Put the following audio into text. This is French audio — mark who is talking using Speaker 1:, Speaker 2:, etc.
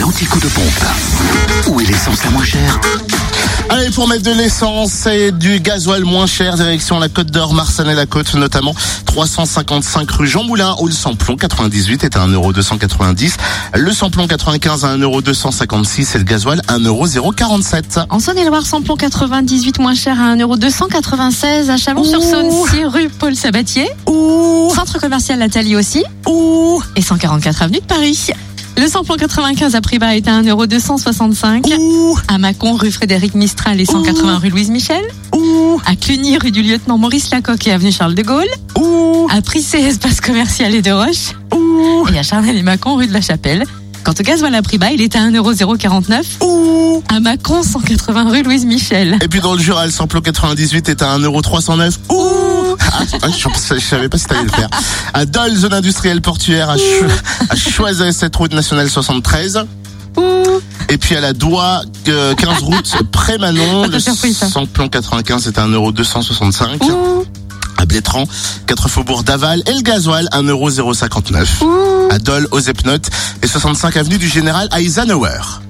Speaker 1: L'anti-coup de pompe. Où est l'essence la moins chère
Speaker 2: Allez, pour mettre de l'essence et du gasoil moins cher, direction la Côte d'Or, Marsan et la Côte notamment, 355 rue Jean Moulin, où le samplon 98 est à 1,290€, le samplon 95 à 1,256€ et le gasoil 1,047€.
Speaker 3: En Saône-et-Loire, samplon 98 moins cher à 1,296€ à Chalon-sur-Saône, 6 rue Paul Sabatier. Centre commercial Nathalie aussi. Et 144 avenue de Paris. Le samplon 95 à prix bas est à 1,265€. À Mâcon, rue Frédéric Mistral et 180 rue Louise Michel. À Cluny, rue du lieutenant Maurice Lacocque et avenue Charles de Gaulle. À Prissé, espace commercial et de Roche. Et à Charnel et Mâcon, rue de la Chapelle. Quant au gasoil à prix bas, il est à 1,049€. À Mâcon, 180 rue Louise Michel.
Speaker 2: Et puis dans le Jura, le samplon 98 est à 1,309€. Ouh Ah, je, je savais pas si t'allais le faire. À Dole, zone industrielle portuaire, à, Cho- à Choiset, cette route nationale 73. Et puis à la Doua, euh, 15 route Prémanon,
Speaker 3: Ah, t'as
Speaker 2: le
Speaker 3: surpris, ça.
Speaker 2: samplon 95 est à 1,265€. À Blétran, 4 faubourg d'Aval et le gasoil, 1,059€. À Dole, aux Epnotes et 65 avenue du Général Eisenhower.